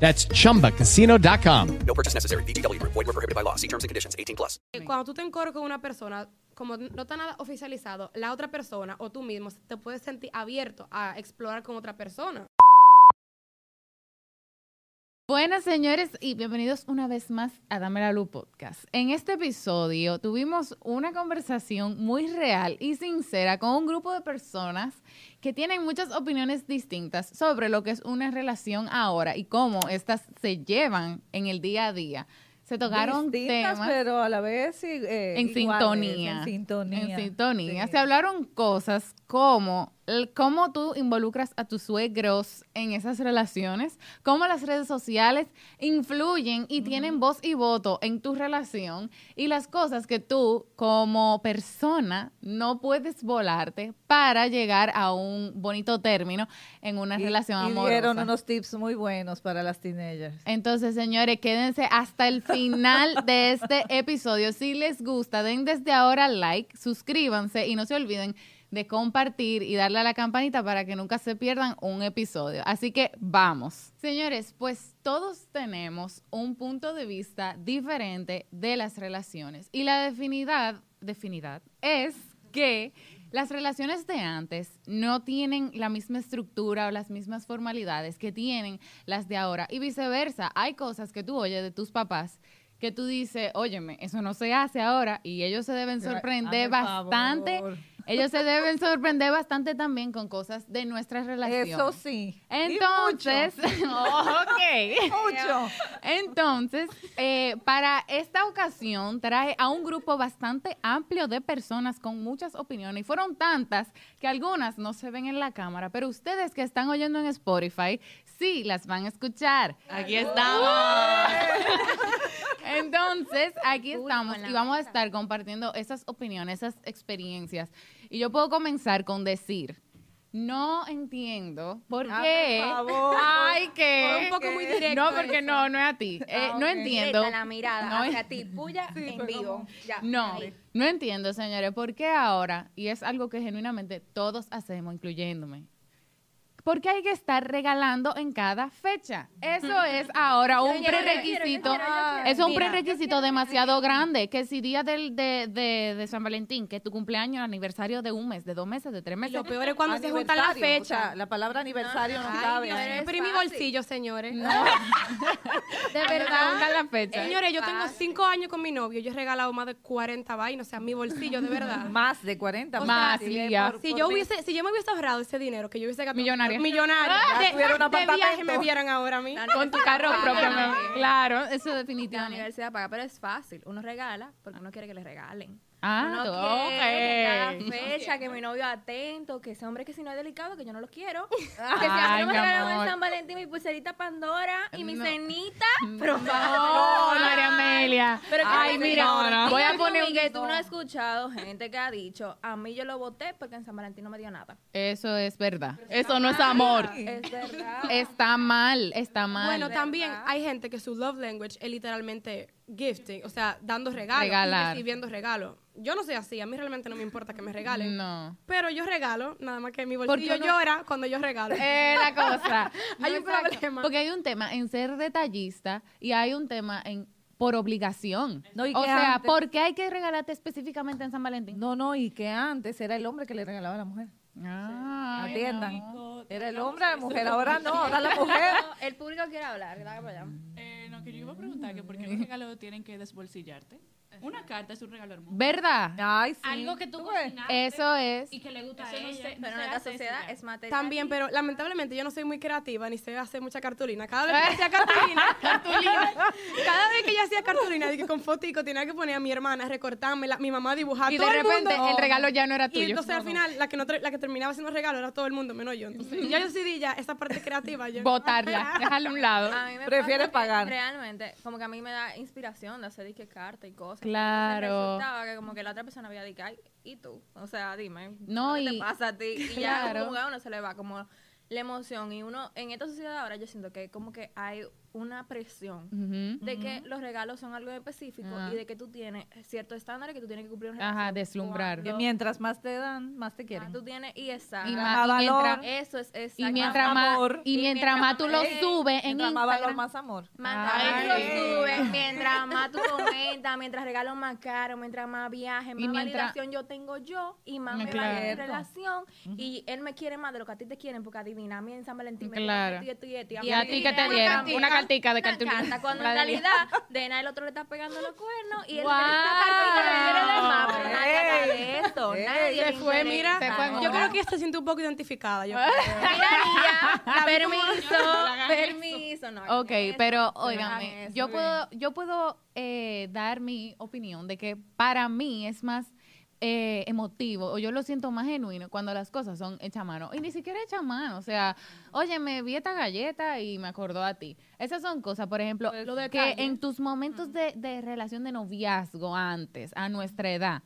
That's chumbacasino.com. No purchase necessary. VGW Group. Void were prohibited by law. See terms and conditions. 18 plus. Eh, Cuando tú te encoro con una persona, como no está nada oficializado, la otra persona o tú mismo te puedes sentir abierto a explorar con otra persona. Buenas señores y bienvenidos una vez más a Dame la Luz Podcast. En este episodio tuvimos una conversación muy real y sincera con un grupo de personas que tienen muchas opiniones distintas sobre lo que es una relación ahora y cómo estas se llevan en el día a día. Se tocaron distintas, temas pero a la vez sí, eh, en iguales, sintonía. En sintonía. En sintonía. Sí. Se hablaron cosas como el- cómo tú involucras a tus suegros en esas relaciones, cómo las redes sociales influyen y tienen voz y voto en tu relación y las cosas que tú como persona no puedes volarte para llegar a un bonito término en una Y- relación y amorosa. dieron unos tips muy buenos para las teenagers. Entonces, señores, quédense hasta el final de este episodio. Si les gusta, den desde ahora like, suscríbanse y no se olviden de compartir y darle a la campanita para que nunca se pierdan un episodio. Así que vamos. Señores, pues todos tenemos un punto de vista diferente de las relaciones y la definidad, definidad es que las relaciones de antes no tienen la misma estructura o las mismas formalidades que tienen las de ahora y viceversa. Hay cosas que tú oyes de tus papás que tú dices, óyeme, eso no se hace ahora y ellos se deben Pero, sorprender hazme favor. bastante. Ellos se deben sorprender bastante también con cosas de nuestra relación. Eso sí. Y Entonces, ok. mucho, mucho. Entonces, eh, para esta ocasión traje a un grupo bastante amplio de personas con muchas opiniones y fueron tantas que algunas no se ven en la cámara, pero ustedes que están oyendo en Spotify sí las van a escuchar. Aquí estamos. Entonces, aquí estamos y vamos a estar compartiendo esas opiniones, esas experiencias. Y yo puedo comenzar con decir, no entiendo por Ah, qué por favor, por- hay que... Fue un poco muy directo No, porque eso. no, no es a ti. Eh, Ah, No ok. entiendo. la mirada No, hacia ti, puya en pero vivo. Ya, No, ahí. no entiendo, señores, por qué ahora, y es algo que genuinamente todos hacemos, incluyéndome, ¿por qué hay que estar regalando en cada fecha? Eso es ahora un quiero, yo quiero, prerequisito, yo quiero, yo quiero. es un Mira, prerequisito demasiado grande, que si día del, de, de- de San Valentín, que es tu cumpleaños, aniversario de un mes, de dos meses, de tres meses. Lo peor es cuando se juntan las Aniversario, o sea, fechas. la palabra aniversario no, cabe. Dios, ahí. es Pero y mi fácil. bolsillo, señores. de verdad, la fecha. Señores, yo tengo cinco años con mi novio. Yo he regalado más de 40 vainas, o sea, mi bolsillo, de verdad. Más de 40. O más. sea, sí, ya. por- Si por yo, mí. hubiese, si yo me hubiese ahorrado ese dinero que yo hubiese gastado. Millonaria. Millonaria. Ah, de, ya tuviera un de viaje apartamento. me vieran ahora a mí. con tu carro propio, mi amor. claro, eso La definitivamente. universidad paga, pero es fácil. Uno regala porque uno quiere que le regalen. Ah, uno ok. Eh. quiere que cada fecha, que mi novio atento, que ese hombre que si no es delicado, que yo no lo quiero. Ah, que si a mí Ay, no me mi regalaron amor. en San Valentín mi pulserita Pandora y mi No. cenita. Por favor, María Amelia. Pero que Ay, no, mira, señora. voy a Díganme poner un que tú no has gueto. escuchado gente que ha dicho, a mí yo lo voté porque en San Valentín no me dio nada. Eso es verdad. Eso no es amor. Es verdad. Está mal, está mal. Bueno, también hay gente que su love language es literalmente gifting, o sea, dando regalos Regalar. y recibiendo regalos. Yo no soy así, a mí realmente no me importa que me regalen. no. Pero yo regalo, nada más que mi Porque bolsillo uno- llora cuando yo regalo. Eh, la cosa. Hay No, un exacto. problema. Porque hay un tema en ser detallista y hay un tema en por obligación. No, y o que sea, antes- ¿por qué hay que regalarte específicamente en San Valentín? No, no, y que antes era el hombre que le regalaba a la mujer. Ah, Atiendan. Era el hombre a la mujer, ahora no, ahora la mujer. El público quiere hablar, dale para allá. Eh, no, que yo iba a preguntar que por qué los regalos tienen que desbolsillarte. Una carta es un regalo hermoso. ¿Verdad? Ay, sí. Algo que tú ¿Tú ves? cocinaste Eso es. y que le gusta a Eso no ella. se- no pero se nuestra hace eso sociedad ya. es material. También, pero lamentablemente yo no soy muy creativa ni sé hacer mucha cartulina. Cada vez que hacía cartulina, cada vez que yo hacía cartulina, dije con fotico, tenía que poner a mi hermana, recortármela, mi mamá dibujaba. Y de todo el repente mundo. el regalo ya no era tuyo. Y entonces al final, la que, no tra- la que terminaba haciendo regalo era todo el mundo, menos yo. Entonces, ya yo decidí ya esa parte creativa. Yo, Botarla, dejarla a un lado. Ah. A mí me Prefiere pasa que pagar. Realmente, como que a mí me da inspiración de hacer disque carta y cosas. Claro. Entonces, resultaba que como que la otra persona había dicho, ay, ¿y tú? O sea, dime. No, ¿qué y- te pasa a ti? Y Claro. ya como que a uno se le va como la emoción. Y uno, en esta sociedad ahora yo siento que como que hay una presión Ujú. de que los regalos son algo específico Ajá. y de que tú tienes cierto estándar que tú tienes que cumplir. en Ajá, relación deslumbrar. Que cuando- mientras más te dan, más te Ah, quieren. tú tienes y exacto. Y, Ajá, más, y valor. mientras, Eso es exacto. y mientras Más más, amor. y mientras más tú lo eh, subes en Mientras más valor, Instagram. más amor. Mientras Ay, más sí. lo subes, mientras más tú comentas, mientras regalo más caro, mientras más viajes, Y más mientras- validación yo tengo yo y más Mm, me claro. vale mi relación y él me quiere más de lo que a ti te quieren porque adivina, a mí en San Valentín me Claro. dieron esto y esto y esto Y a mí ti me que te dieron dieron también. una cartica de Una cartulina. carta, cuando La en de- realidad de nada el otro le está pegando los cuernos y él Guau. la cartita le quiere dar más, pero nadie habla de esto, Ey, nadie Ah. Eh. se le fue, interesa. mira, se fue en yo otra. creo que ya se siente un poco identificada. Yo Mira, ya, yo no permiso, le hagan eso. permiso, no. hagan Ok, eso, pero no hagan óigame, eso. yo puedo, yo puedo eh, dar mi opinión de que para mí es más eh, emotivo o yo lo siento más genuino cuando las cosas son hechas a mano. Y ni siquiera hechas a mano, o sea, oye, me vi esta galleta y me acordó a ti. Esas son cosas, por ejemplo, Pues, que en tus momentos de, de relación de noviazgo antes, a nuestra edad,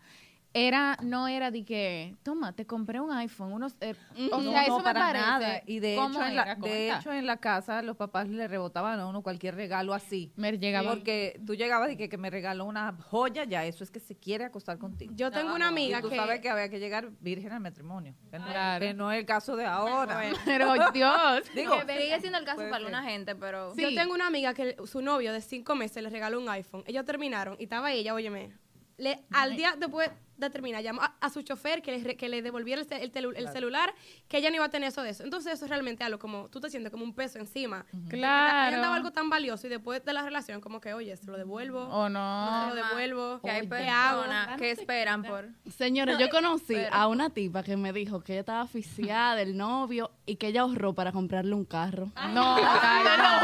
era, no era de que, toma, te compré un iPhone, unos... eh, o No, sea, eso no, me para parece nada. Y de cómo hecho, en la, era, de cuenta. hecho, en la casa los papás le rebotaban a uno cualquier regalo así. me llegaba Porque tú llegabas y que, que me regaló una joya, ya eso es que se quiere acostar contigo. yo tengo una Y amiga tú que... sabes que había que llegar virgen al matrimonio, que no, Claro. que no es el caso de ahora. Ah, Pero Dios. Digo, Que sigue siendo el caso puede para ser. alguna gente, pero... Pues Sí. Yo tengo una amiga que el- su novio de cinco meses le regaló un iPhone. Ellos terminaron y estaba ella, óyeme. Le, al día después de terminar, llamó a, a su chofer que le, re- que le devolviera el, ce- el telu- el celular, que ella no iba a tener eso de eso. Entonces eso es realmente algo como, tú te sientes como un peso encima. Ella daba algo Claro. tan valioso y después de la relación, como que, oye, se lo devuelvo, O no se Oh, no. lo devuelvo, Que hay ¿qué hago? personas que esperan por... Señores, yo conocí a una tipa que me dijo que ella estaba oficiada del novio y que ella ahorró para comprarle un carro. No, te lo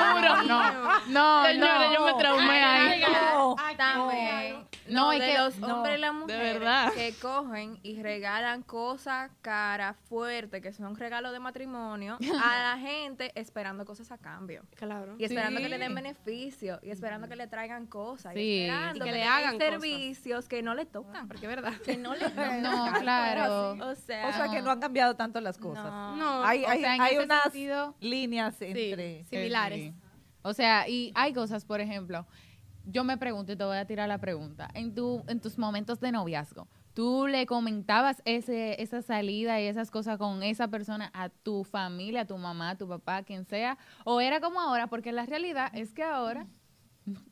juro. No, no, Señores, yo no. me traumé ahí. no. También. No, Ah, No, es de que- los no, hombres y las mujeres verdad. que cogen y regalan cosas caras, fuertes, que son regalos de matrimonio, a la gente esperando cosas a cambio. Claro. Y esperando que Sí. le den beneficio, y esperando que le traigan cosas, Sí. y esperando Y que, que le le hagan hagan cosas. servicios que no le tocan. Porque es verdad. Que no le tocan. No, claro. O sea, O sea que no han cambiado tanto las cosas. No, Hay, O hay, sea, en hay ese unas sentido- líneas sí, entre... similares. Sí. O sea, y hay cosas, por ejemplo, yo me pregunto y te voy a tirar la pregunta. En tu, en tus momentos de noviazgo, ¿tú le comentabas ese, esa salida y esas cosas con esa persona a tu familia, a tu mamá, a tu papá, a quien sea? ¿O era como ahora? Porque la realidad es que ahora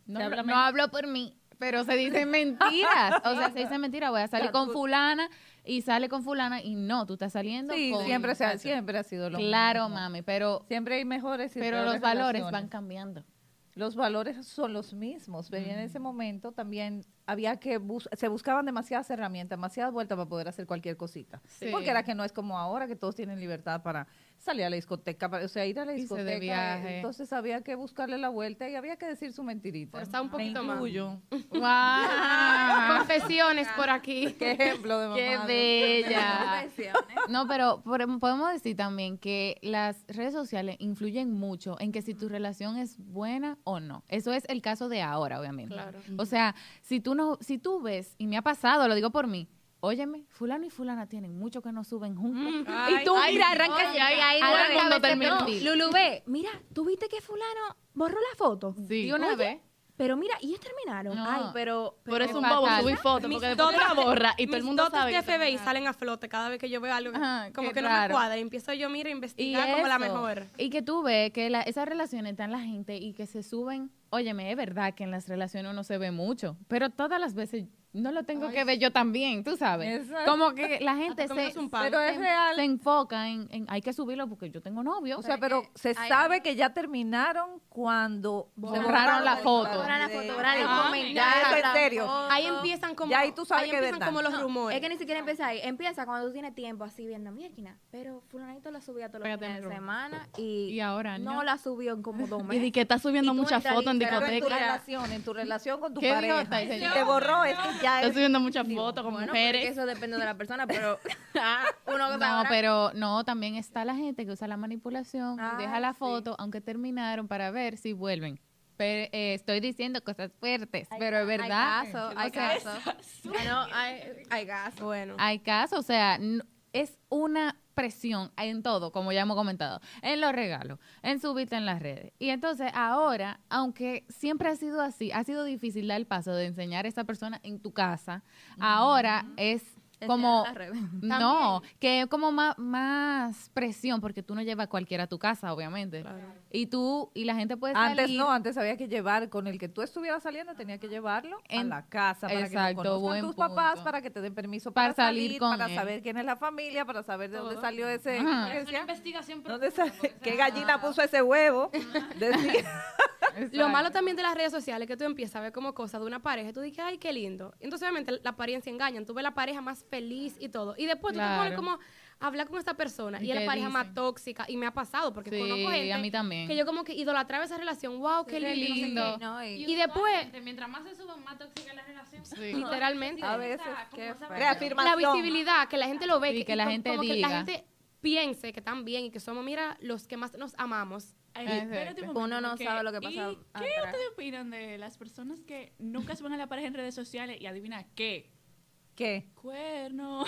no, hablo- no hablo por mí, pero se dicen mentiras. O sea, se dicen mentiras. Voy a salir con fulana y sale con fulana y no, tú estás saliendo Sí, con- siempre, se ha, siempre ha sido lo Claro, mismo. mami, pero, Siempre hay mejores y pero peores los valores relaciones. van cambiando. los valores son los mismos, pero en ese momento también había que bus- se buscaban demasiadas herramientas, demasiadas vueltas para poder hacer cualquier cosita. Sí. Porque era que no es como ahora que todos tienen libertad para salir a la discoteca, para- o sea, ir a la Irse de discoteca. eh, viaje. Entonces había que buscarle la vuelta y había que decir su mentirita. Forzar un Me poquito más. incluyo. ¡Wow! Confesiones por aquí. Qué ejemplo de mamá. ¡Qué bella! Confesiones. No, pero por- podemos decir también que las redes sociales influyen mucho en que si tu relación es buena o no. Eso es el caso de ahora, obviamente. Claro. O sea, si tú no, si tú ves, y me ha pasado, lo digo por mí, óyeme, fulano y fulana tienen mucho que no suben Mm. juntos. y tú, mira, arranca Ay, ay, ay, arranca ay, a ay, verte no. mentir. Lulu, ve, mira, ¿tú viste que fulano borró la foto? Sí. De una Oye, vez. Pero mira, y ellos terminaron. No. Ay, pero... Por Pero eso un fatal. bobo subí foto, Mis porque después dotes la de- borra y todo el mis mundo dotes sabe. de que son FBI reales. salen a flote cada vez que yo veo algo que- Ajá, como qué que no me raro. cuadra y empiezo yo mira a investigar como la eso, mejor. Y que tú ves que la- esas relaciones están la gente y que se suben. Óyeme, es verdad que en las relaciones uno se ve mucho, pero todas las veces no lo tengo que ver yo también, tú sabes. Exacto. Como que la gente te comes se, un pan. Pero es se- real. se enfoca en, en, hay que subirlo porque yo tengo novio. O sea, pero se sabe que ya terminaron cuando borraron la foto. Borrar la foto, borrar el Ah, comentario, ya, eso en la serio. foto. Ahí empiezan como, Ya ahí tú sabes que es empiezan verdad. como los No, rumores. Es que ni siquiera empieza ahí. Empieza cuando tú tienes tiempo así viendo mi esquina. Pero fulanito la subía todos los Pégate el fines de micrófono. semana y, Y ahora, no ¿no? la subió en como dos Y meses. de que está subiendo Y tú muchas entras fotos en ahí, pero Pero en tu discoteca. relación, en tu relación con tu ¿Qué pareja. idiota es Si ella? te borró, es que ya Está es- subiendo muchas fotos con Bueno, pero es que mujeres. eso depende de la persona, pero ah, uno que No, pero no, también está la gente que usa la manipulación Ah, y deja la sí. foto, aunque terminaron, para ver si vuelven. Pero eh, estoy diciendo cosas fuertes, pero es verdad. Hay caso, o hay sea, caso. Ah, no, hay, hay caso. bueno. Hay casos, o sea, n- es una presión en todo, como ya hemos comentado, en los regalos, en subirte en las redes. Y entonces ahora, aunque siempre ha sido así, ha sido difícil dar el paso de enseñar a esa persona en tu casa, ahora es Enseñar como... en las redes. No, que es como más, más presión porque tú no llevas a cualquiera a tu casa, obviamente. Y tú, y la gente puede salir... Antes no, antes había que llevar con el que tú estuvieras saliendo, tenía que llevarlo En- a la casa para Exacto, que te buen conozcan tus papás, punto. para que te den permiso Para para, salir con para él. saber quién es la familia, para saber de dónde salió ese, Ajá. ¿qué Es una decía? investigación ¿Dónde profunda, sa- porque qué esa- gallina puso ese huevo. Decía- Lo malo también de las redes sociales es que tú empiezas a ver como cosas de una pareja y tú dices, ay, qué lindo. Entonces, obviamente, la apariencia engaña. Tú ves la pareja más feliz y todo. Y después tú te Claro. pones como a hablar con esa persona ¿Y y es qué la pareja más dicen? tóxica. Y me ha pasado porque Sí, conozco gente a mí también. que yo como que idolatraba esa relación. Wow, qué Qué lindo. no sé lindo. No, y- Y después- mientras más se suban, más tóxica es la relación. qué. Sí. Literalmente. a veces, como qué esa- feo. la Reafirmación. visibilidad, que la gente lo ve. Sí, que la como- gente como diga. Que la gente piense que están bien y que somos, mira, los que más nos amamos. Ay, Exacto. espérate un Uno momento, no porque- sabe lo que ¿y pasa ¿Qué atrás? ustedes opinan de las personas que nunca suben a la pareja en redes sociales y adivina qué? ¿Qué? Cuerno.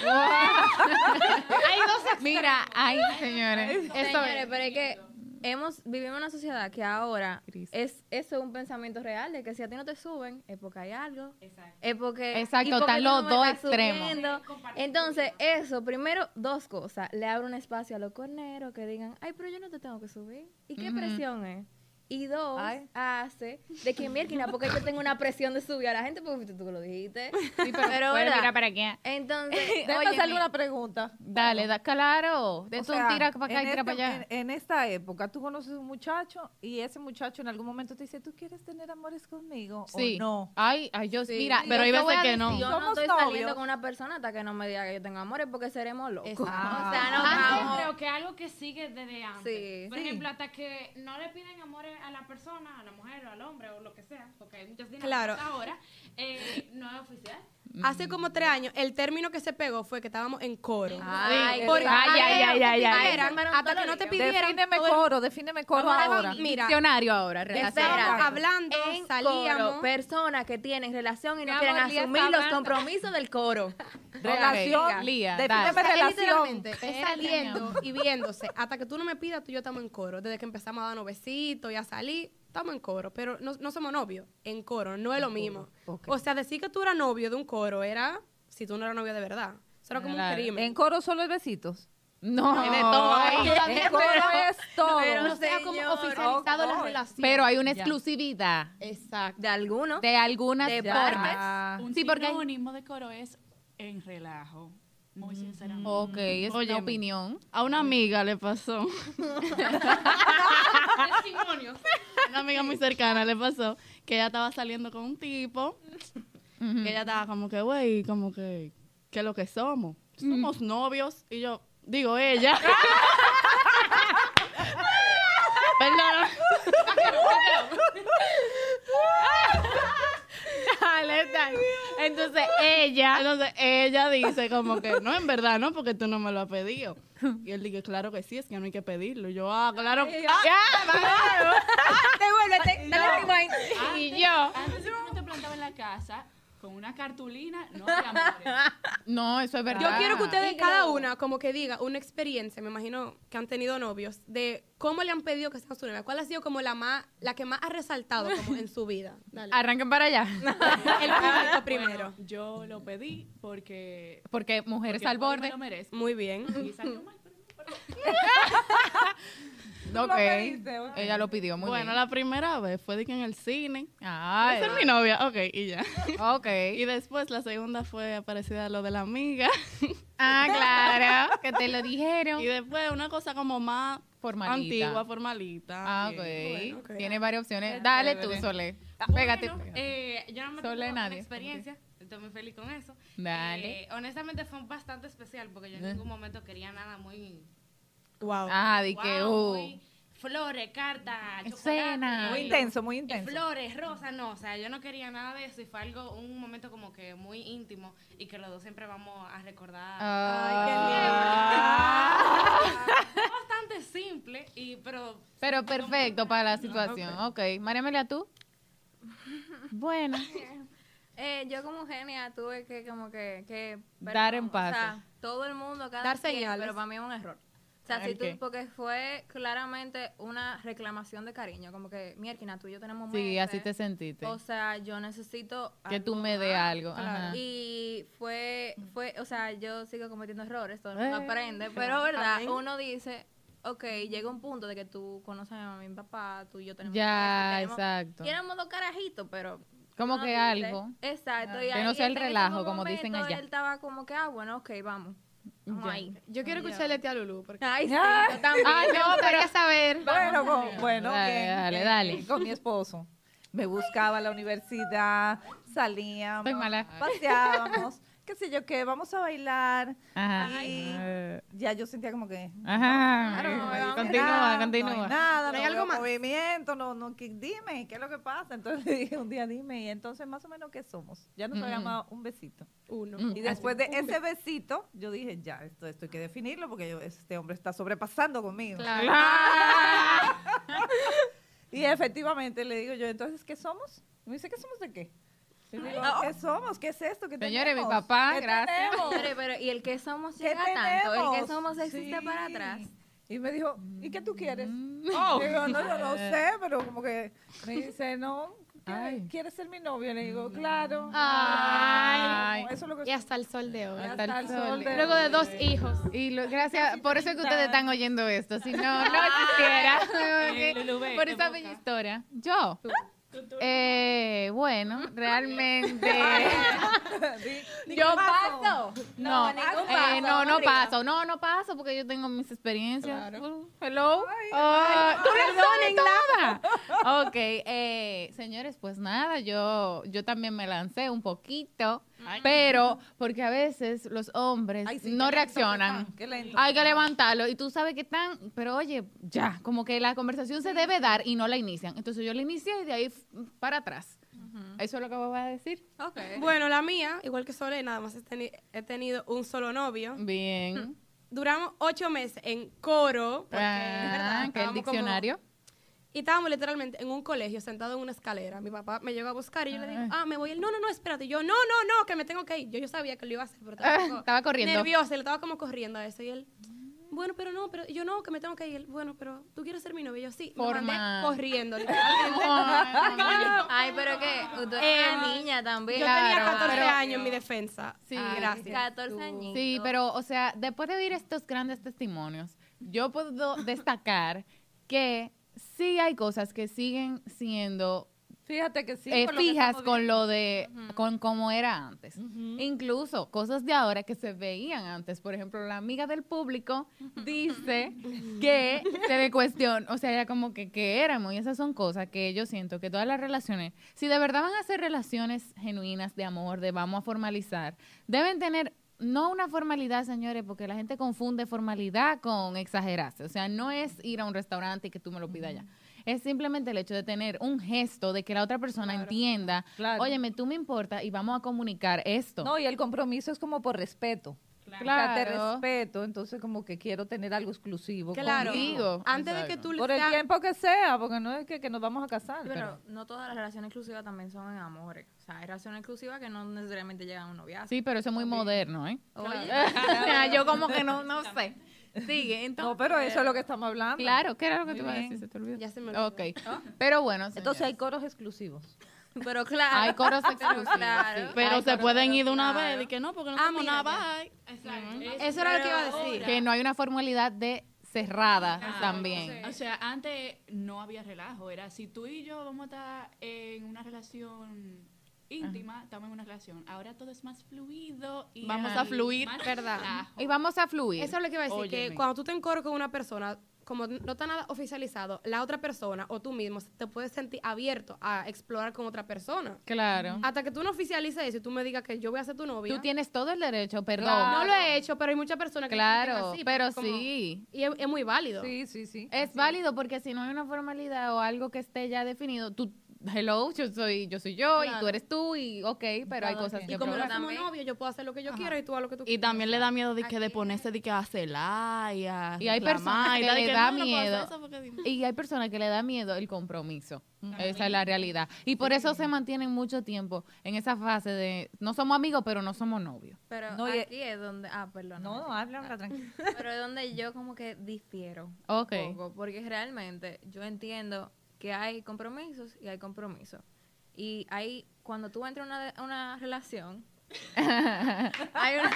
Hay dos Mira, ay, señores. Esto Señores, pero es que hemos, vivimos en una sociedad que ahora Cristo. es eso es un pensamiento real de que si a ti no te suben es porque hay algo. Es porque Exacto, y porque están tú los me dos estás extremos. subiendo. Entonces, eso, primero, dos cosas. Le abre un espacio a los corneros que digan, ay, pero yo no te tengo que subir. ¿Y qué presión es? Y dos, Ay. hace de que mierda, porque yo tengo una presión de subir a la gente, porque tú lo dijiste. Sí, pero, pero ¿verdad? mira para qué. Entonces, Déjame óyeme, hacerle una pregunta. Dale, da, claro. De O tú sea, tira para acá y en tira este- para allá. En, en esta época, tú conoces un muchacho y ese muchacho en algún momento te dice, ¿tú quieres tener amores conmigo sí. o no? Ay, ay, yo mira, Sí, pero yo hay te voy veces a que decir, no. Yo no Somos estoy novios. saliendo con una persona hasta que no me diga que yo tengo amores porque seremos locos. O sea, no Ah, yo vamos. creo que algo que sigue desde antes. Sí, Por sí. ejemplo, hasta que no le piden amor a la persona, a la mujer o al hombre o lo que sea, porque hay muchas dinámicas Claro. ahora, eh, no es oficial. Hace como tres años, el término que se pegó fue que estábamos en coro. Ay, Porque Ay, hasta ay, que no ay, te ay, ay. pidieran, Hasta que no te pidieran. Defíneme todo el- coro, defíneme coro Ahora, ahora. Mira, Diccionario ahora, estábamos Espera. hablando, en salíamos. coro, personas que tienen relación y no Mi quieren amor, Lía asumir está los hablando. compromisos del coro. Relación, Ok, Lía, defíneme dale. Es relación. literalmente, es saliendo y viéndose. Hasta que tú no me pidas, tú y yo estamos en coro. Desde que empezamos a darnos besitos y a salir, estamos en coro. Pero no, no somos novios. En coro, no Oh, es lo mismo. O sea, decir que tú eras novio de un coro era si tú no eras novio de verdad. Eso era como un Claro. crimen. En coro solo es besitos. No, de todo ahí. En coro es todo. no se ha como oficializado la relación. Pero hay una exclusividad Exacto. oh, De algunos. de algunas De formas. Ah, Un Sí, porque hay- sinónimo de coro es en relajo. Muy sinceramente. Mm. Ok, es una Óyeme. opinión. A una amiga le pasó. Testimonios. una amiga muy cercana le pasó que ella estaba saliendo con un tipo que ella estaba como que güey como que qué es lo que somos somos novios y yo digo ella perdón Dale, dale. Entonces ella, entonces ella dice como que no, en verdad no, porque tú no me lo has pedido. Y él dice, claro que sí, es que no hay que pedirlo. Y yo, ah, claro. ah, Ah, Devuélvete, dale rewind. Y yo. Antes uno te plantaba en la casa con una cartulina, no de amores. No, eso es verdad. Yo quiero que ustedes Ah. cada una como que diga una experiencia, me imagino que han tenido novios, de cómo le han pedido que sean su novia. ¿Cuál ha sido como la más, la que más ha resaltado como en su vida? Dale. Arranquen para allá. El público primero. Ah, Bueno, yo lo pedí porque. Porque mujeres porque al me borde. lo merezco. Muy bien. Y salió mal, pero no importa. Ok. pediste, ok. Ella lo pidió muy bueno, bien. la primera vez fue de que en el cine. Ay. Esa es mi novia, ok, y ya. Ok. Y después la segunda fue aparecida a lo de la amiga. Ah, claro, que te lo dijeron. Y después una cosa como más Formalita. antigua, formalita. Ah, ok. Bien. Bueno, ok. Tiene varias opciones. Dale tú, chévere. Sole. Bueno, Pégate. eh, yo no me Solo tengo una nadie. experiencia. Estoy muy feliz con eso. Dale. Eh, honestamente fue bastante especial porque yo en ningún momento quería nada muy. Wow. Ajá, di que, guau, uh, muy Flores, cartas, Escena. chocolate. Muy y- intenso, muy y intenso. Flores, rosas, no. O sea, yo no quería nada de eso y fue algo, un momento como que muy íntimo y que los dos siempre vamos a recordar. Fue bastante simple, y, pero Pero perfecto para la situación. Ok. María Amelia, tú. Bueno. Eh, yo como genia tuve que como que, que pero Dar no, en o paz. sea, todo el mundo cada Dar quien, señales. pero para mí es un error. O sea, Ah, si ¿el tú, qué? porque fue claramente una reclamación de cariño, como que, mierda, tú y yo tenemos Sí, así te meses". sentiste. O sea, yo necesito Que tú algo me dé más. algo. Ajá. Y fue, fue, o sea, yo sigo cometiendo errores, todo el Eh. mundo aprende, pero verdad, uno dice, ok, llega un punto de que tú conoces a mi papá, tú y yo tenemos Ya, esto, tenemos- exacto. y éramos dos carajitos, pero... Como no que nos dice. algo. Ah, Ah. Exacto. Que no sea el relajo, como dicen allá. allá. Él estaba como que, ah, bueno, ok, vamos. Vamos Ya. ahí. Yo quiero escucharle a tía Lulu. Porque... Ay, sí, Ah. yo también. Ay, no, pero saber. Bueno, con- bueno, Dale, bien, dale, bien. dale. Con mi esposo. Me buscaba a la universidad, salíamos, Soy mala. paseábamos, qué sé yo qué, vamos a bailar. Ajá. Y Eh, ya yo sentía como que "Ah, Ajá. no, Continúa, nada, No hay Ah, continúa. nada, no hay algo veo más? movimiento, no, no, que- dime, ¿qué es lo que pasa? Entonces le dije un día, dime, y entonces más o menos, ¿qué somos? Ya Mm. nos habíamos dado un besito. Uno. Y después de ese besito, yo dije, ya, esto, esto hay que definirlo porque yo- este hombre está sobrepasando conmigo. Y efectivamente le digo yo, entonces, ¿qué somos? Y me dice, ¿qué somos de qué? Y digo, ¿qué somos? ¿Qué es esto? ¿Qué Señores, mi tenemos? papá, ¿Qué ah, gracias. tenemos? Pero, pero, ¿y el que somos ¿Qué llega tanto? ¿El que tenemos? somos existe Sí. para atrás? Y me dijo, ¿y qué tú quieres? Mm. Oh. Digo, no, yo no sé, pero como que me dice, no, ¿qué- Ay. Mm. ¿quieres ser mi novio? Le digo, claro. Ay. Eso es lo que Y hasta el sol de hoy. Hasta el sol de Luego de dos hijos. Y lo- gracias, por eso es que ustedes están oyendo esto. Si no, no existiera. Eh, Lulú, ve, por esa evoca. bella historia. Yo. Eh, bueno, realmente. Yo paso. No, ningún eh, paso, no, no María. paso. No, no paso porque yo tengo mis experiencias. Uh, hello. Ah, tú la sabes toda. Ok, eh, señores, pues nada, yo, yo también me lancé un poquito, pero porque a veces los hombres Ay, sí, qué no lento que reaccionan. están, qué lento. Hay que levantarlo y tú sabes que están, pero oye, ya, como que la conversación se debe dar y no la inician. Entonces yo la inicié y de ahí f- para atrás. Eso es lo que voy a decir. Ok. Bueno, la mía, igual que Sole, nada más he, teni- he tenido un solo novio. Bien. Duramos ocho meses en coro. Porque, Ah, ¿verdad? que el Estábamos como- diccionario. y estábamos literalmente en un colegio, sentado en una escalera. Mi papá me llegó a buscar y yo le digo, ah, me voy. Él, no, no, no, espérate. Y yo, no, no, no, que me tengo que ir. Yo, yo sabía que lo iba a hacer, pero estaba, Ah, como estaba corriendo. Nerviosa, le estaba como corriendo a eso. Y él, bueno, pero no, pero y yo no, que me tengo que ir. Él, bueno, pero tú quieres ser mi novio. Y yo, sí, me Formal. mandé corriendo. literalmente. Ay, pero que tú eres una niña también. yo tenía 14 años en mi defensa. Ah, Sí. Sí, Ay, gracias. 14 añitos. Sí, pero, o sea, después de oír estos grandes testimonios, yo puedo destacar que sí hay cosas que siguen siendo Fíjate que sí. eh, por lo que fijas estamos con viendo. lo de, con cómo era antes. Incluso cosas de ahora que se veían antes. Por ejemplo, la amiga del público dice que se le cuestión, o sea, era como que, que éramos. Y esas son cosas que yo siento que todas las relaciones, si de verdad van a ser relaciones genuinas de amor, de vamos a formalizar, deben tener no una formalidad, señores, porque la gente confunde formalidad con exagerarse. O sea, no es ir a un restaurante y que tú me lo pidas ya. Es simplemente el hecho de tener un gesto, de que la otra persona entienda, Claro. óyeme, tú me importa y vamos a comunicar esto. No, y el compromiso es como por respeto. Claro. O sea, te respeto, entonces como que quiero tener algo exclusivo. Claro. Contigo. Antes de que tú Por el seas- tiempo que sea, porque no es que, que nos vamos a casar. Pero no todas las relaciones exclusivas también son en amores. O sea, hay relaciones exclusivas que no necesariamente llegan a un noviazgo. Sí, pero eso es muy moderno, ¿eh? Oye, o sea, yo como que no, no sé. Sigue, No, entonces. pero eso es lo que estamos hablando. Claro, ¿qué era lo que Muy te iba a bien. decir? Se te olvidó. Ya se me olvidó. Ok. Pero bueno, Entonces hay señores. coros exclusivos. Ah, pero claro. hay coros pero exclusivos. claro. sí. Pero Hay se coros- pueden ir de una claro. vez. Y que no, porque no Ah, somos mira, nada. Bye. Exacto. Eso era lo que iba a decir. Que no hay una formalidad de cerrada Ah, también. O sea, antes no había relajo. Era si tú y yo vamos a estar en una relación íntima, estamos en una relación. Ahora todo es más fluido y Vamos hay a fluir, más ¿verdad? relajo. Y vamos a fluir. Eso es lo que iba a decir, Óyeme. que cuando tú te encoros con una persona, como no está nada oficializado, la otra persona o tú mismo te puedes sentir abierto a explorar con otra persona. Claro. Hasta que tú no oficialices eso y tú me digas que yo voy a ser tu novia. Tú tienes todo el derecho, perdón. No lo he hecho, pero hay muchas personas que lo Claro, sienten así, pero como- sí. Y es, es muy válido. Sí, sí, sí. Es válido porque si no hay una formalidad o algo que esté ya definido, tú, hello, yo soy yo, soy yo y Claro. tú eres tú y ok, pero hay Cada cosas quien. que Y como no probar. somos También. novios, yo puedo hacer lo que yo quiera y tú haz lo que tú Y quieras. también le da miedo de que de ponerse de que a celar y a Y hay reclamar, personas y que tal, de le que, da no, no puedo hacer miedo. eso porque dime. Y hay personas que le da miedo el compromiso. Esa es la realidad. Y por eso se mantienen mucho tiempo en esa fase de no somos amigos, pero no somos novios. Pero No, y- aquí es donde. Ah, perdón. No, no, habla ahora, tranquila. Pero es donde yo como que difiero. Ok. Un poco, porque realmente yo entiendo que hay compromisos y hay compromisos. Y ahí, cuando tú entras a una, a una relación, hay una...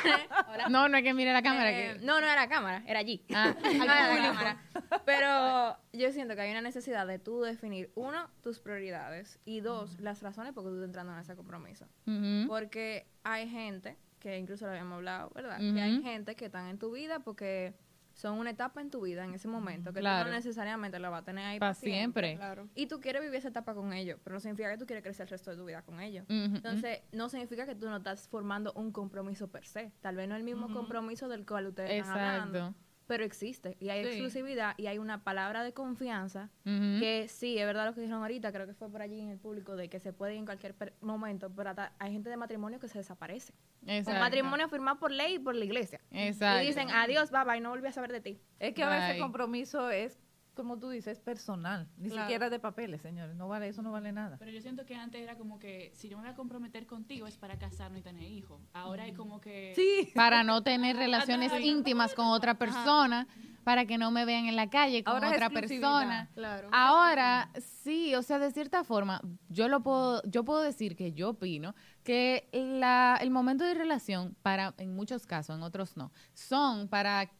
Hola. No, no es que mire la cámara. Eh, que- No, no era cámara, era allí. Ah. No era la cámara. Pero yo siento que hay una necesidad de tú definir, uno, tus prioridades y dos, las razones por qué tú estás entrando en ese compromiso. Ujú. Porque hay gente, que incluso lo habíamos hablado, ¿verdad? Que hay Ujú. gente que están en tu vida porque son una etapa en tu vida en ese momento, que tú Claro. no necesariamente la vas a tener ahí Pa' para siempre. siempre. Claro. Y tú quieres vivir esa etapa con ellos, pero no significa que tú quieres crecer el resto de tu vida con ellos. Ujú. Entonces, no significa que tú no estás formando un compromiso per se. Tal vez no es el mismo compromiso del cual ustedes están hablando. Exacto. Pero existe. Y hay Sí. exclusividad y hay una palabra de confianza Ujú. que sí, es verdad lo que dijeron ahorita, creo que fue por allí en el público, de que se puede en cualquier per- momento, pero hasta hay gente de matrimonio que se desaparece. Un Exacto. matrimonio firmado por ley y por la iglesia. Exacto. Y dicen, adiós, bye bye, no volví a saber de ti. Es que a veces el Bye. compromiso es, como tú dices, personal. Ni siquiera de papeles, señores. No vale, eso no vale nada. Pero yo siento que antes era como que si yo me voy a comprometer contigo es para casarnos y tener hijos. Ahora es como que... Sí. para no tener relaciones Ajá. íntimas con otra persona, para que no me vean en la calle con Ahora es otra exclusividad, persona. claro. Ahora, sí, o sea, de cierta forma, yo lo puedo, yo puedo decir que yo opino que la, el momento de relación, para, en muchos casos, en otros no, son para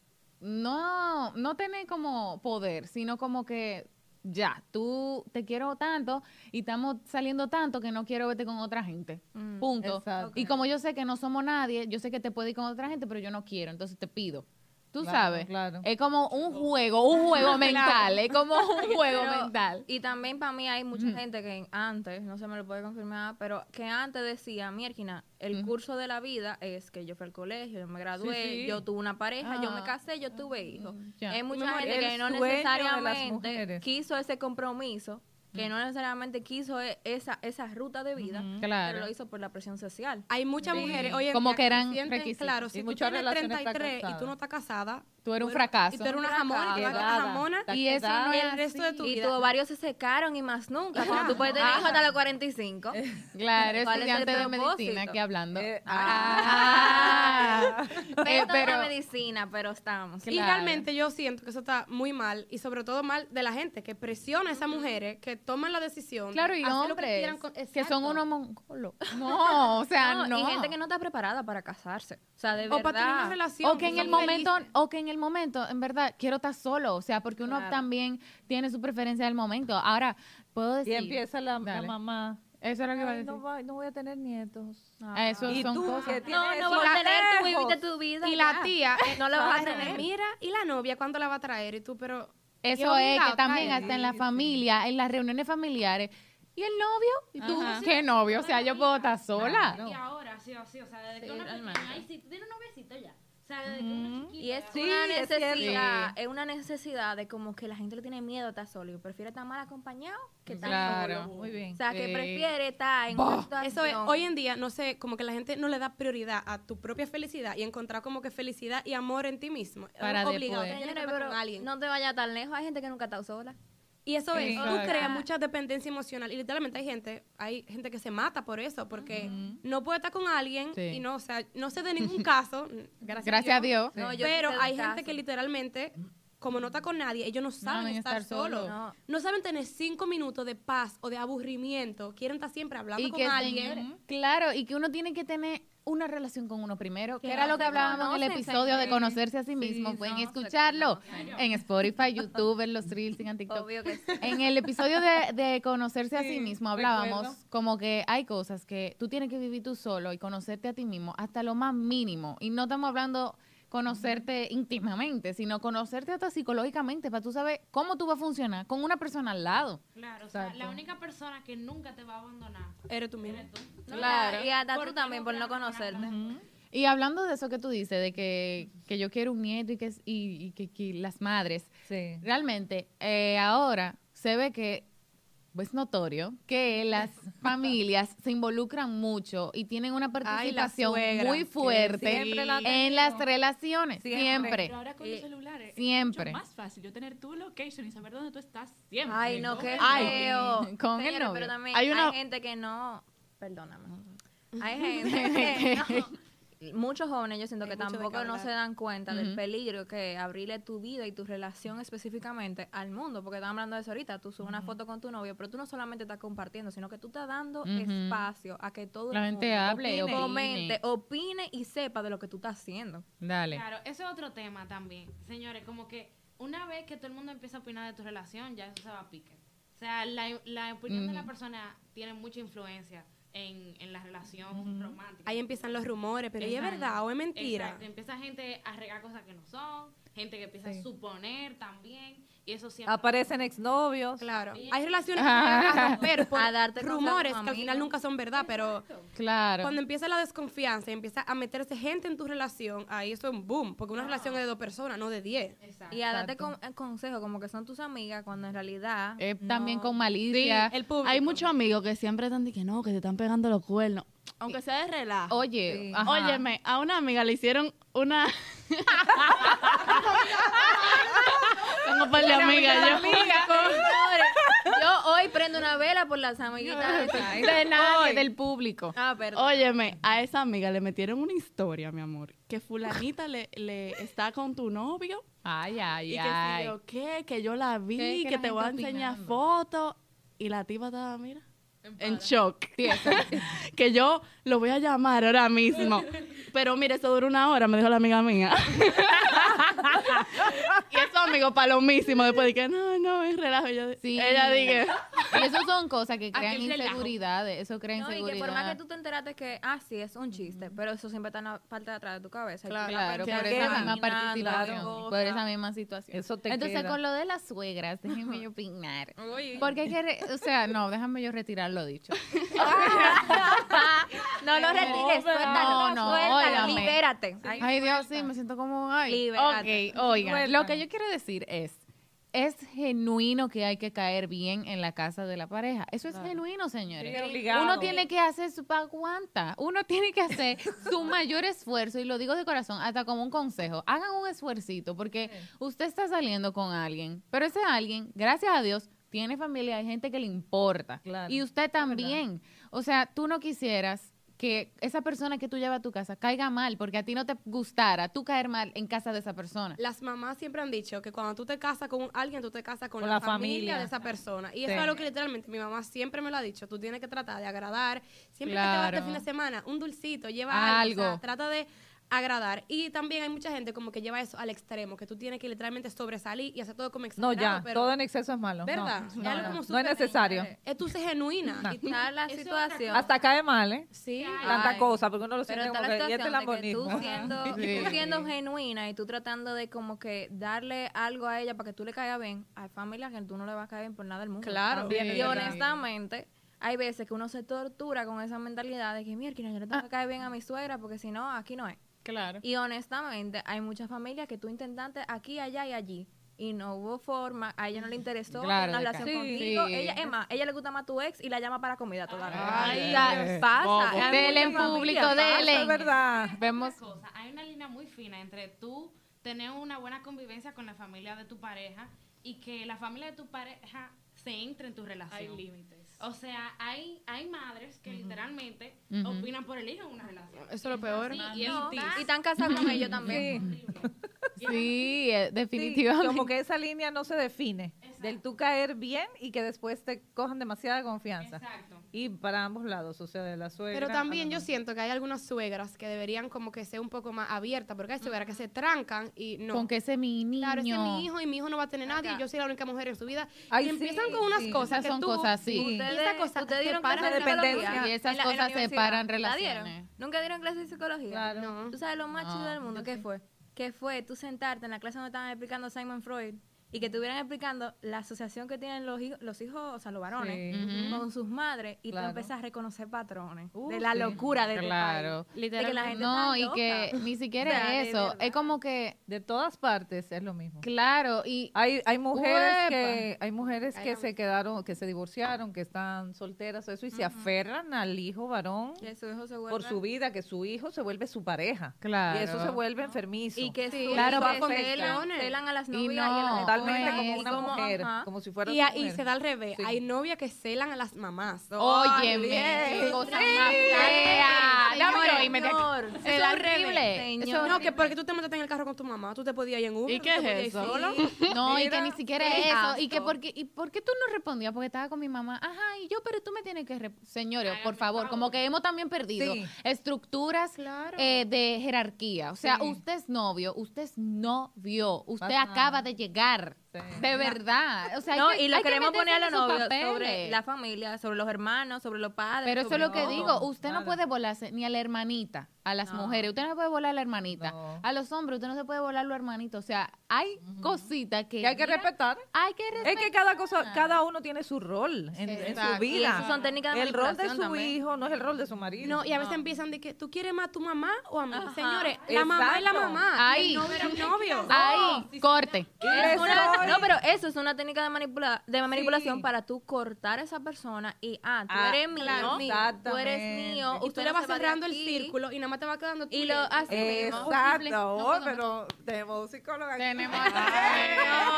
no, no tener como poder, sino como que ya, tú te quiero tanto y estamos saliendo tanto que no quiero verte con otra gente. Punto. Mm, exacto. Y como yo sé que no somos nadie, yo sé que te puedo ir con otra gente, pero yo no quiero, entonces te pido. Tú Claro, sabes, claro. es como un juego, un juego mental, es como un juego Pero- mental. Y también para mí hay mucha gente que antes, no se me lo puede confirmar, pero que antes decía, Mierkina, el curso de la vida es que yo fui al colegio, yo me gradué, sí. yo tuve una pareja, yo me Ah. casé, yo tuve hijos. Ya. Hay mucha Mamá, gente el que no sueño de las necesariamente mujeres. quiso ese compromiso, que no necesariamente quiso e- esa, esa ruta de vida, Claro. pero lo hizo por la presión social. Hay muchas Sí. mujeres, oye, Como mira, que eran se sienten, requisitos. Claro, Y si tú muchas tienes relaciones está 33 y tú casada. no estás casada, Tú eres un fracaso. y tú eres una jamona, y tú vas a quedar Quedada. jamona, Y eso no es el resto de así. tu Y vida. tus ovarios se secaron y más nunca. Cuando tú puedes tener hijos hasta los 45. Eh, Claro, ¿Cuál es el estudiante de propósito? medicina aquí hablando. Eh, Ah. Eh, Pero, pero- la medicina, pero estamos. Y Claro. realmente yo siento que eso está muy mal y sobre todo mal de la gente que presiona a Mm. esas mujeres que toman la decisión. de claro, y hacer lo que hombres quieran con- que, Exacto. son unos mongolos. No, o sea, no. No, Ah, Y gente que no está preparada para casarse. O sea, de O para tener una verdad. relación. o que en son el momento, felices. o que en el momento, en verdad, quiero estar solo, o sea, porque uno Claro. también tiene su preferencia del momento. Ahora, puedo Y decir, empieza la, la Dale. mamá. eso es lo que iba a "Ay, decir. no, voy, no voy a tener nietos. Ah, eso y son tú cosas. que tienes no vas a tener, tú lejos. viviste tu vida. Y la ya. tía No la vas a Pero, tener. Mira, ¿y la novia cuándo la va a traer? Y tú, pero... Eso Dios, es mira, que también cállate. hasta en la familia, en las reuniones familiares. ¿Y el novio? ¿Y tú? ¿Qué novio? O sea, yo puedo estar sola. Y ahora, sí o sí, o sea, desde que Sí, una realmente. pequeña, ay, sí, tú tienes un noviecito ya. O sea, desde que una chiquita. Y es Sí, una es cierto. necesidad, es, una necesidad de como que la gente le tiene miedo a estar solo. Yo prefiero estar mal acompañado que estar Claro. solo. Muy bien. O sea, Sí. que prefiere estar en una situación. Eso es, hoy en día, no sé, como que la gente no le da prioridad a tu propia felicidad y encontrar como que felicidad y amor en ti mismo. Es Para obligado, después. tienes que Señores, estar pero con alguien. no te vayas tan lejos. Hay gente que nunca ha estado sola. Y eso es, tú Exacto. creas mucha dependencia emocional y literalmente hay gente, hay gente que se mata por eso, porque no puede estar con alguien Sí. y no, o sea, no sé de ningún caso, gracias, Gracias a Dios. No, yo sí pero sé de hay casos. gente que literalmente como no está con nadie, ellos no saben deben estar, estar solos. solos. No. No. saben tener cinco minutos de paz o de aburrimiento. Quieren estar siempre hablando y con que alguien. señores, claro y que uno tiene que tener una relación con uno primero que era lo que hablábamos en el conocen, episodio de sí. conocerse a sí mismo pueden escucharlo en Spotify YouTube en los reels en TikTok Obvio que sí. en el episodio de, de conocerse a sí Sí, mismo hablábamos recuerdo. como que hay cosas que tú tienes que vivir tú solo y conocerte a ti mismo hasta lo más mínimo y no estamos hablando conocerte íntimamente, sino conocerte hasta psicológicamente para tú saber cómo tú vas a funcionar con una persona al lado. Claro, o sea, la Exacto. única persona que nunca te va a abandonar Eres tú mismo. eres tú. No, Claro. Y hasta Porque tú también por no nunca- conocerte. Y hablando de eso que tú dices, de que, que yo quiero un nieto y que, es- y, y que, que las madres, Sí. realmente eh, ahora se ve que es notorio que las familias se involucran mucho y tienen una participación suegra. muy fuerte Siempre la en las relaciones, siempre. Pero ahora con los celulares es siempre. mucho más fácil yo tener tu location y saber dónde tú estás siempre. Ay, no, qué Ay, feo. con el Señores, novio. Pero también Hay hay, una- gente que no... Perdóname. Hay gente que no- Muchos jóvenes yo siento Hay que mucho de qué tampoco no hablar. se dan cuenta del Ujú. peligro que abrirle tu vida y tu relación específicamente al mundo, porque estamos hablando de eso ahorita, tú subes una foto con tu novio, pero tú no solamente estás compartiendo, sino que tú estás dando Ujú. espacio a que todo La el gente mundo hable, opine. comente, opine y sepa de lo que tú estás haciendo. Dale. Claro, eso es otro tema también. Señores, como que una vez que todo el mundo empieza a opinar de tu relación, ya eso se va a pique. O sea, la, la opinión de la persona tiene mucha influencia en, en la relación romántica. Ahí empiezan los rumores, pero ¿y es Exacto. verdad o es mentira? Exacto, Empieza gente a regar cosas que no son, gente que empieza a suponer también, y eso siempre... Aparecen exnovios. Claro. Hay relaciones que se llegan a romper por A darte consejos rumores a que al final amigos. nunca son verdad, pero Claro. cuando empieza la desconfianza y empieza a meterse gente en tu relación, ahí eso es un boom, porque una relación es de dos personas, no de diez. Exacto. Y a darte Exacto. con- eh, consejo como que son tus amigas cuando en realidad Eh, También no- con Sí, malicia. el público. Hay muchos amigos que siempre están diciendo que no, que te están pegando los cuernos. Aunque sea de relajo. Oye, ajá. Óyeme, a una amiga le hicieron una. Tengo un par de amigas yo. Yo hoy prendo una vela por las amiguitas. de- de nadie, del público. Ah, perdón. Óyeme, a esa amiga le metieron una historia, mi amor. Que fulanita le, le está con tu novio. Ay, ay, Y que si ay. yo qué, que yo la vi, ¿Qué? que, Que la te voy a gente enseñar opinando. fotos. Y la tipa estaba, mira, en shock. que yo lo voy a llamar ahora mismo. Pero mire, eso duró una hora, me dijo la amiga mía. y esos amigos palomísimos después de que no, no, es relajo. Y yo, Sí. Ella dije, Y eso son cosas que crean Aquel relajo. inseguridades. Eso crea No, y inseguridad. que por más que tú te enteraste que, ah, sí, es un chiste, pero eso siempre está en la parte de atrás de tu cabeza. Claro, Claro, por esa misma participación, por esa misma situación. Eso te Entonces, queda. con lo de las suegras, déjenme yo opinar. Porque hay que, re- o sea, no, déjame yo retirar lo dicho. No lo retires, suéltalo, no, suéltalo, óigame. libérate. Ay, Ay, Dios, sí, me siento como, ay. Libérate. Ok, oigan, Suéltalo. lo que yo quiero decir es, es genuino que hay que caer bien en la casa de la pareja. Eso es genuino, señores. Sí, obligado. Uno tiene que hacer su pa- aguanta. Uno tiene que hacer su mayor esfuerzo y lo digo de corazón, hasta como un consejo. Hagan un esfuercito porque usted está saliendo con alguien, pero ese alguien, gracias a Dios, tiene familia, hay gente que le importa. Claro. Y usted también. O sea, tú no quisieras que esa persona que tú llevas a tu casa caiga mal porque a ti no te gustara tú caer mal en casa de esa persona. Las mamás siempre han dicho que cuando tú te casas con un- alguien, tú te casas con, Con la, la familia, familia. de esa persona. Y eso Sí. es algo que literalmente mi mamá siempre me lo ha dicho. Tú tienes que tratar de agradar. Siempre que te vas Claro. de fin de semana, un dulcito, lleva algo. o sea, Algo. trata de agradar. Y también hay mucha gente como que lleva eso al extremo, que tú tienes que literalmente sobresalir y hacer todo como No, exagerado. ya, pero- todo en exceso es malo. ¿Verdad? No, Es no, algo no, como no es súper necesario. libre. Eh, tú ser genuina. Y tú- Está la Eso es situación. Hasta cae mal, ¿eh? sí. Tanta Ay. cosa, porque uno lo Pero siente está como la que, y este situación de que tú lambonismo. siendo, tú siendo genuina y tú tratando de como que darle algo a ella para que tú le caigas bien, hay familias que tú no le vas a caer bien por nada del mundo. Claro. También es Y verdad. honestamente, hay veces que uno se tortura con esa mentalidad de que, mira, yo le tengo Ah. que caer bien a mi suegra porque si no, aquí no es. Claro. Y honestamente, hay muchas familias que tú intentaste aquí, allá y allí. Y no hubo forma, a ella no le interesó Claro, tener una de relación cara. Sí, contigo. sí. Ella, es más, ella le gusta más tu ex y la llama para comida todavía. Ay, Ay, pasa. Dele en muchas público, familias, pasa. dele. Es verdad. Vemos. cosa, hay una línea muy fina entre tú tener una buena convivencia con la familia de tu pareja y que la familia de tu pareja se entre en tu relación. Hay límites. O sea, hay, hay madres que literalmente opinan por el hijo en una relación. Eso es lo peor. Sí, y, eso No, está- y están casados con ellos también. horrible. Sí, eh, Sí, definitivamente. como que esa línea no se define. Del tú caer bien y que después te cojan demasiada confianza. Exacto. Y para ambos lados, o sea, de la suegra. Pero a también la yo mamá. siento que hay algunas suegras que deberían como que ser un poco más abiertas, porque hay suegras que se trancan y no. Con que ese mi niño. Claro, ese es mi hijo y mi hijo no va a tener nadie, yo soy la única mujer en su vida. Ay, y sí, empiezan con unas sí. cosas Esas que son tú- cosas, sí. y esas cosas ustedes dieron separan clases de la dependencia. psicología Y esas en la- en la cosas universidad? separan ¿La relaciones. dieron? ¿Nunca dieron clases de psicología? Claro. No. ¿Tú sabes lo más chido No, del mundo? ¿Qué fue? Que fue tú sentarte en la clase donde estaban explicando Simon Freud y que estuvieran explicando la asociación que tienen los hijos, los hijos o sea, los varones, con sus madres y Claro. tú empezás a reconocer patrones Uh, de la sí. locura de Claro. Literal. que la gente No, está y loca. que ni siquiera O sea, de eso. verdad. Es como que, De todas partes es lo mismo. claro, y Hay, hay mujeres Uepa. que hay mujeres que se quedaron, que se divorciaron, que están solteras, eso y se aferran al hijo varón Que su hijo se por vuelva- su vida, que su hijo se vuelve su pareja. Claro. Y eso se vuelve enfermizo. Y que su Claro, hijo para se contestar. celan, celan a las Y novias y, no, a las totalmente Pues, como una como- mujer, ajá. como si fuera Y, una ahí mujer. se da al revés. Sí. Hay novias que celan a las mamás. Óyeme, qué cosa más fea. Dame un oíme, te- señor, se es da horrible. horrible. Eso es Señor. No, que porque tú te montaste en el carro con tu mamá, tú te podías ir en Uber. ¿Y tú qué te es podías ir eso? sola. No, y que Mira, ni siquiera qué eso. Y asco. que porque, y por qué tú no respondías, porque estaba con mi mamá. Ajá, y yo, pero tú me tienes que... re- Señores, por favor, como que hemos también perdido Sí. estructuras Claro. eh, de jerarquía. O sea, usted es novio, usted es novio, usted acaba de llegar. Sí. De verdad. O sea, hay No, que- y lo hay que queremos meterse poner a en los sus novios sobre papeles. la familia, sobre los hermanos, sobre los padres. Pero eso es sobre lo que todo. digo, usted no puede volarse ni a la hermanita, a las mujeres, usted no puede volar a la hermanita, No. a los hombres usted no se puede volar a los hermanitos, o sea, hay cositas que... Y hay que mira, respetar. Hay que Es respetar. que cada cosa, cada uno tiene su rol en, en su Exacto. Y vida. esas son técnicas de el rol de su manipulación también. hijo no es el rol de su marido. No, y a veces empiezan de que tú quieres más a tu mamá o a mí. Señores, la mamá es la Exacto. mamá. y Ahí. El novio era un novio. Ah, Oh, Ahí, corte. Es una- Estoy- no, pero eso es una técnica de, manipula, de manipulación para tú cortar a esa persona y, ah, tú Ah, eres mío, claro, tú exactamente. eres mío, Y tú usted le no vas se va de cerrando el aquí. círculo y nada más te va quedando tú Y lo así mismo. Exacto, oh, pero tenemos un psicólogo aquí. Tenemos... Señores,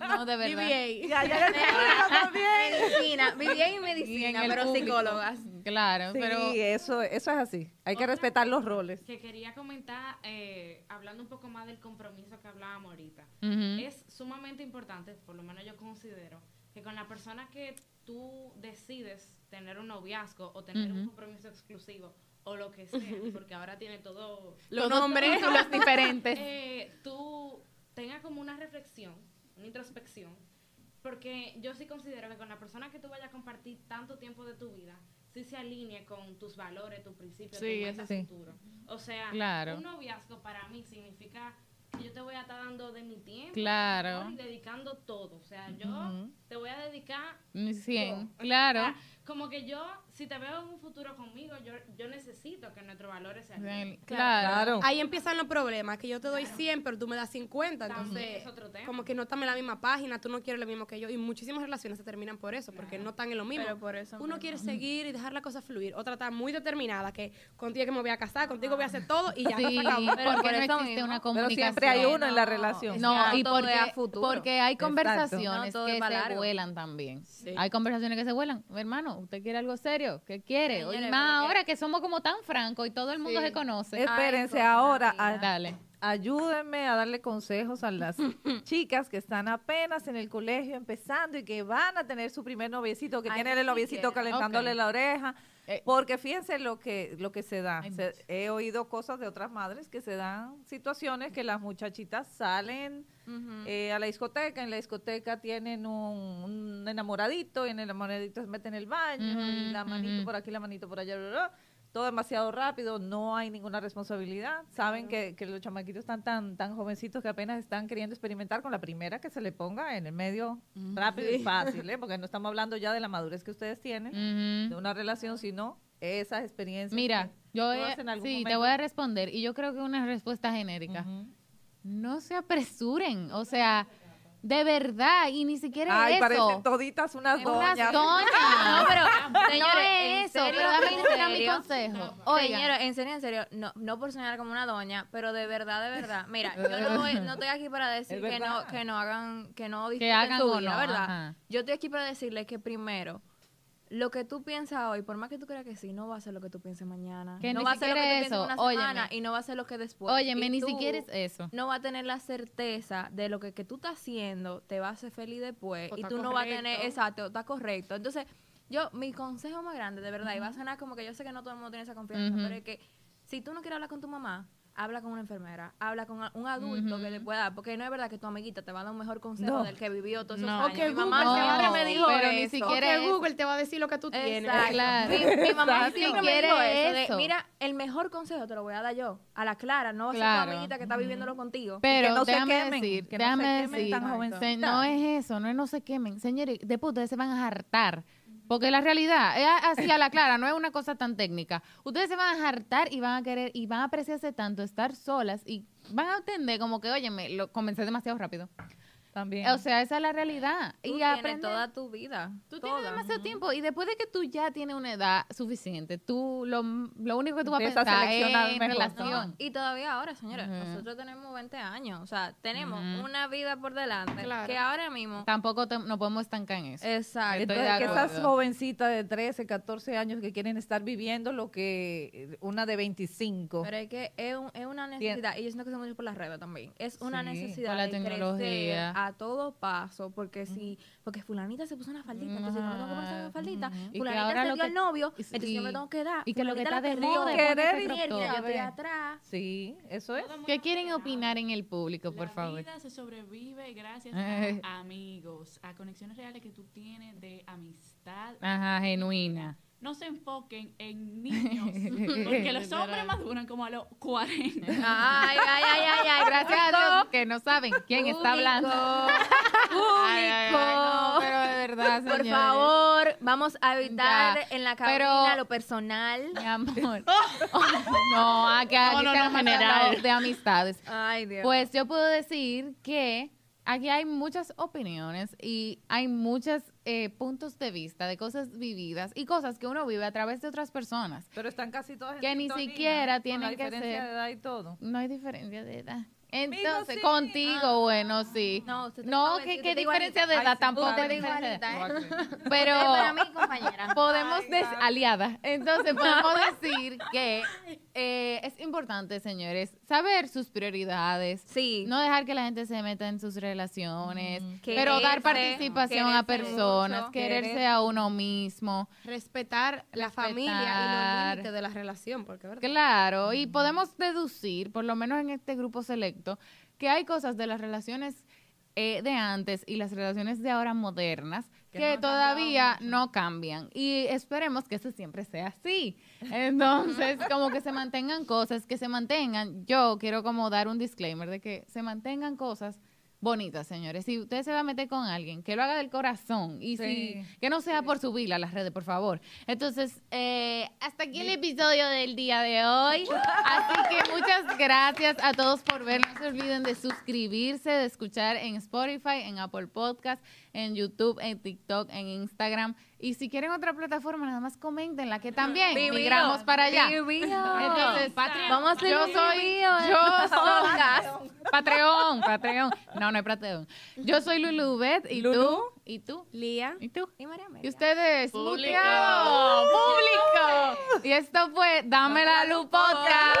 No, de verdad. Y allá en el público también. medicina, vivía en Y en medicina, el pero público. psicólogas. Claro, Sí, pero... eso, eso es así. Hay que respetar los roles. que quería comentar, eh, hablando un poco más del compromiso que hablábamos ahorita, Ujú. es sumamente importante, por lo menos yo considero, que con la persona que tú decides tener un noviazgo o tener un compromiso exclusivo o lo que sea, porque ahora tiene todo Los nombres son los diferentes. eh, tú tengas como una reflexión, una introspección, porque yo sí considero que con la persona que tú vayas a compartir tanto tiempo de tu vida, sí se alinee con tus valores, tus principios, Sí, tus metas eso sí. futuro. O sea, Claro. un noviazgo para mí significa que yo te voy a estar dando de mi tiempo, Claro. amor, y dedicando todo. O sea, yo te voy a dedicar Ni cien, todo. O Ah, claro. sea, como que yo, si te veo en un futuro conmigo, yo, yo necesito que nuestros valores se alineen. Claro. Claro. Ahí empiezan los problemas, que yo te doy 100, pero tú me das 50, También entonces es otro tema. como que no estamos en la misma página, tú no quieres lo mismo que yo, y muchísimas relaciones se terminan por eso, porque no están en lo mismo. Pero por eso Uno quiere seguir y dejar la cosa fluir, otra está muy determinada, que contigo es que me voy a casar, contigo voy a hacer todo, y ya, Sí, se acabó. porque por no eso existe mismo. una Pero comunicación. siempre hay uno en la No, relación. No, Exacto, y todo es porque, a futuro. porque hay Exacto. conversaciones No, todo que es para se largo. vuelan también. Hay conversaciones que se vuelan. Hermano, ¿usted quiere algo serio? ¿Qué quiere? Hoy Señores, más porque- ahora que somos como tan francos y todo el mundo Sí. se conoce. Espérense cosas ahora. así, a- Dale. ayúdenme a darle consejos a las chicas que están apenas en el colegio empezando y que van a tener su primer noviecito, que Ay, tienen el sí noviecito quiero. calentándole Ok. la oreja. Eh. Porque fíjense lo que, lo que se da. Hay Se- mucho. he oído cosas de otras madres que se dan situaciones que las muchachitas salen eh, a la discoteca, en la discoteca tienen un, un enamoradito, y en el enamoradito se meten en el baño, y la manito por aquí, la manito por allá, bla, bla, bla. todo demasiado rápido, no hay ninguna responsabilidad. Saben que, que los chamaquitos están tan, tan jovencitos que apenas están queriendo experimentar con la primera que se le ponga en el medio Mm, rápido y fácil, ¿eh? porque no estamos hablando ya de la madurez que ustedes tienen, de Ujú. una relación, sino esas experiencias. Mm. Mira, que yo todas eh, en algún sí, te momento- voy a responder y yo creo que una respuesta genérica. Ujú. No se apresuren, o sea, de verdad y ni siquiera Ay, eso. parecen toditas unas Unas doñas. doñas. No, pero, no señores, es en eso, serio, pero dame en dame mi serio. consejo. Señora, en serio, en serio, no, no por soñar como una doña, pero de verdad, de verdad. Mira, yo no, voy- no estoy aquí para decir Es que no, verdad. que no hagan, que no disfruten hagan su o vida, no, ¿verdad? ajá. Yo estoy aquí para decirles que primero lo que tú piensas hoy, por más que tú creas que sí, no va a ser lo que tú pienses mañana. Que no ni va a ser lo que tú siquiera pienses eso, en una óyeme. semana y no va a ser lo que después. Oye, Y ni tú siquiera es eso. No va a tener la certeza de lo que, que tú estás haciendo, te va a hacer feliz después O y está tú no vas a correcto. tener, exacto, está correcto. Entonces, yo, mi consejo más grande, de verdad, y va a sonar como que yo sé que no todo el mundo tiene esa confianza, Ujú. pero es que si tú no quieres hablar con tu mamá, habla con una enfermera, habla con a- un adulto que te pueda dar, porque no es verdad que tu amiguita te va a dar un mejor consejo No. del que vivió todos esos No. años. O que mi mamá Google siempre no, me dijo pero ni eso. siquiera Que eso. Google te va a decir lo que tú tienes. Exacto. Claro. Mi, mi mamá Exacto. siempre me dijo Quiere eso, de, eso. mira, el mejor consejo te lo voy a dar yo, a la Clara, no a ser Claro. tu amiguita que está viviéndolo contigo. Pero no se déjame quemen, decir, que no se déjame quemen decir, tan se- jovencitas. no es eso, no es no se quemen, señores, después ustedes se van a hartar, porque la realidad es a- así a la clara, no es una cosa tan técnica. Ustedes se van a hartar y van a querer y van a apreciarse tanto estar solas y van a entender como que, oye, me lo comencé demasiado rápido. También. O sea, esa es la realidad Tú y tienes aprender- toda tu vida. Tú toda. tienes demasiado tiempo y después de que tú ya tienes una edad suficiente, tú lo, lo único que tú vas a Empiezas a pensar seleccionar es en mejor. relación. Y todavía ahora, señores, Ujú. nosotros tenemos 20 años, o sea, tenemos una vida por delante que ahora mismo... Tampoco te- nos podemos estancar en eso. Exacto. Estoy Entonces, de que esas acuerdo. jovencitas de 13, 14 años que quieren estar viviendo lo que eh, una de 25. Pero es que es, un- es una necesidad, y yo siento que se mucho por las redes también, es una Sí, necesidad por la de tecnología. crecer a todo paso, porque si, porque fulanita se puso una faldita, entonces yo me tengo que poner Ajá. esa faldita, Ujú. Y que fulanita ahora se lo dio que- al novio, y- entonces yo me y- tengo que dar, y que lo que fulanita está la de perdió, moda es porque ponerse mierda, crop top. yo estoy atrás. sí, eso es. ¿Qué quieren opinar en el público, por la favor? vida se sobrevive gracias Eh. a amigos, a conexiones reales que tú tienes de amistad. Ajá, genuina. No se enfoquen en niños, porque los hombres maduran como a los 40. Ay, ay, ay, ay, ay, Gracias a Dios que no saben quién está hablando. Ay, ay, ay, no, pero de verdad, Por señores. favor, vamos a evitar Ya, en la pero- cabina lo personal. Mi amor. no, acá No, no, estamos no, general. hablando de amistades. Ay, Dios. Pues yo puedo decir que aquí hay muchas opiniones y hay muchos puntos de vista de cosas vividas y cosas que uno vive a través de otras personas. Pero están casi todas en Que ni sintonía, siquiera con tienen la que diferencia ser. de edad y todo. No hay diferencia de edad. Entonces, sí. contigo, bueno, sí. Ah. No, usted está No, joven, que yo qué te digo diferencia de Anita. edad tampoco. Usted hay digo diferencia de edad. Anita, ¿eh? Pero Es para mí, compañera. podemos decir, aliada, entonces podemos decir que eh, es importante, señores, saber sus prioridades. Sí. No dejar que la gente se meta en sus relaciones, pero Quererse, dar participación a quererse personas, mucho. quererse Querer- a uno mismo. Respetar la familia y los Respetar. límites de la relación, porque verdad. Claro, y podemos deducir, por lo menos en este grupo selecto, que hay cosas de las relaciones eh, de antes y las relaciones de ahora modernas que, todavía no cambian. Y esperemos que eso siempre sea así. Entonces, como que se mantengan cosas, que se mantengan. Yo quiero como dar un disclaimer de que se mantengan cosas bonitas, señores. Si usted se va a meter con alguien, que lo haga del corazón y Sí. si, que no sea por subirla a las redes, por favor. Entonces, eh, hasta aquí el episodio del día de hoy. Así que muchas gracias a todos por ver. No se olviden de suscribirse, de escuchar en Spotify, en Apple Podcast, en YouTube, en TikTok, en Instagram. Y si quieren otra plataforma, nada más comentenla que también Vivío, migramos para allá. vivío. Entonces, Vamos a hacer yo un soy, vivío en yo los podcasts. soy, Patreon, Patreon. No, no es Patreon. Yo soy Lulu Bet y tú, y tú, Lía. y tú. Y María Y Amelia. ustedes, Público. muteado, público. Y esto fue Dame la Lu Podcast.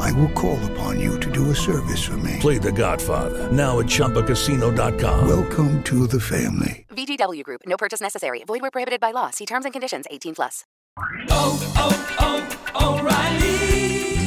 I will call upon you to do a service for me. Play The Godfather now at ChumbaCasino.com. Welcome to the family. VGW Group. No purchase necessary. Void where prohibited by law. See terms and conditions. 18 plus.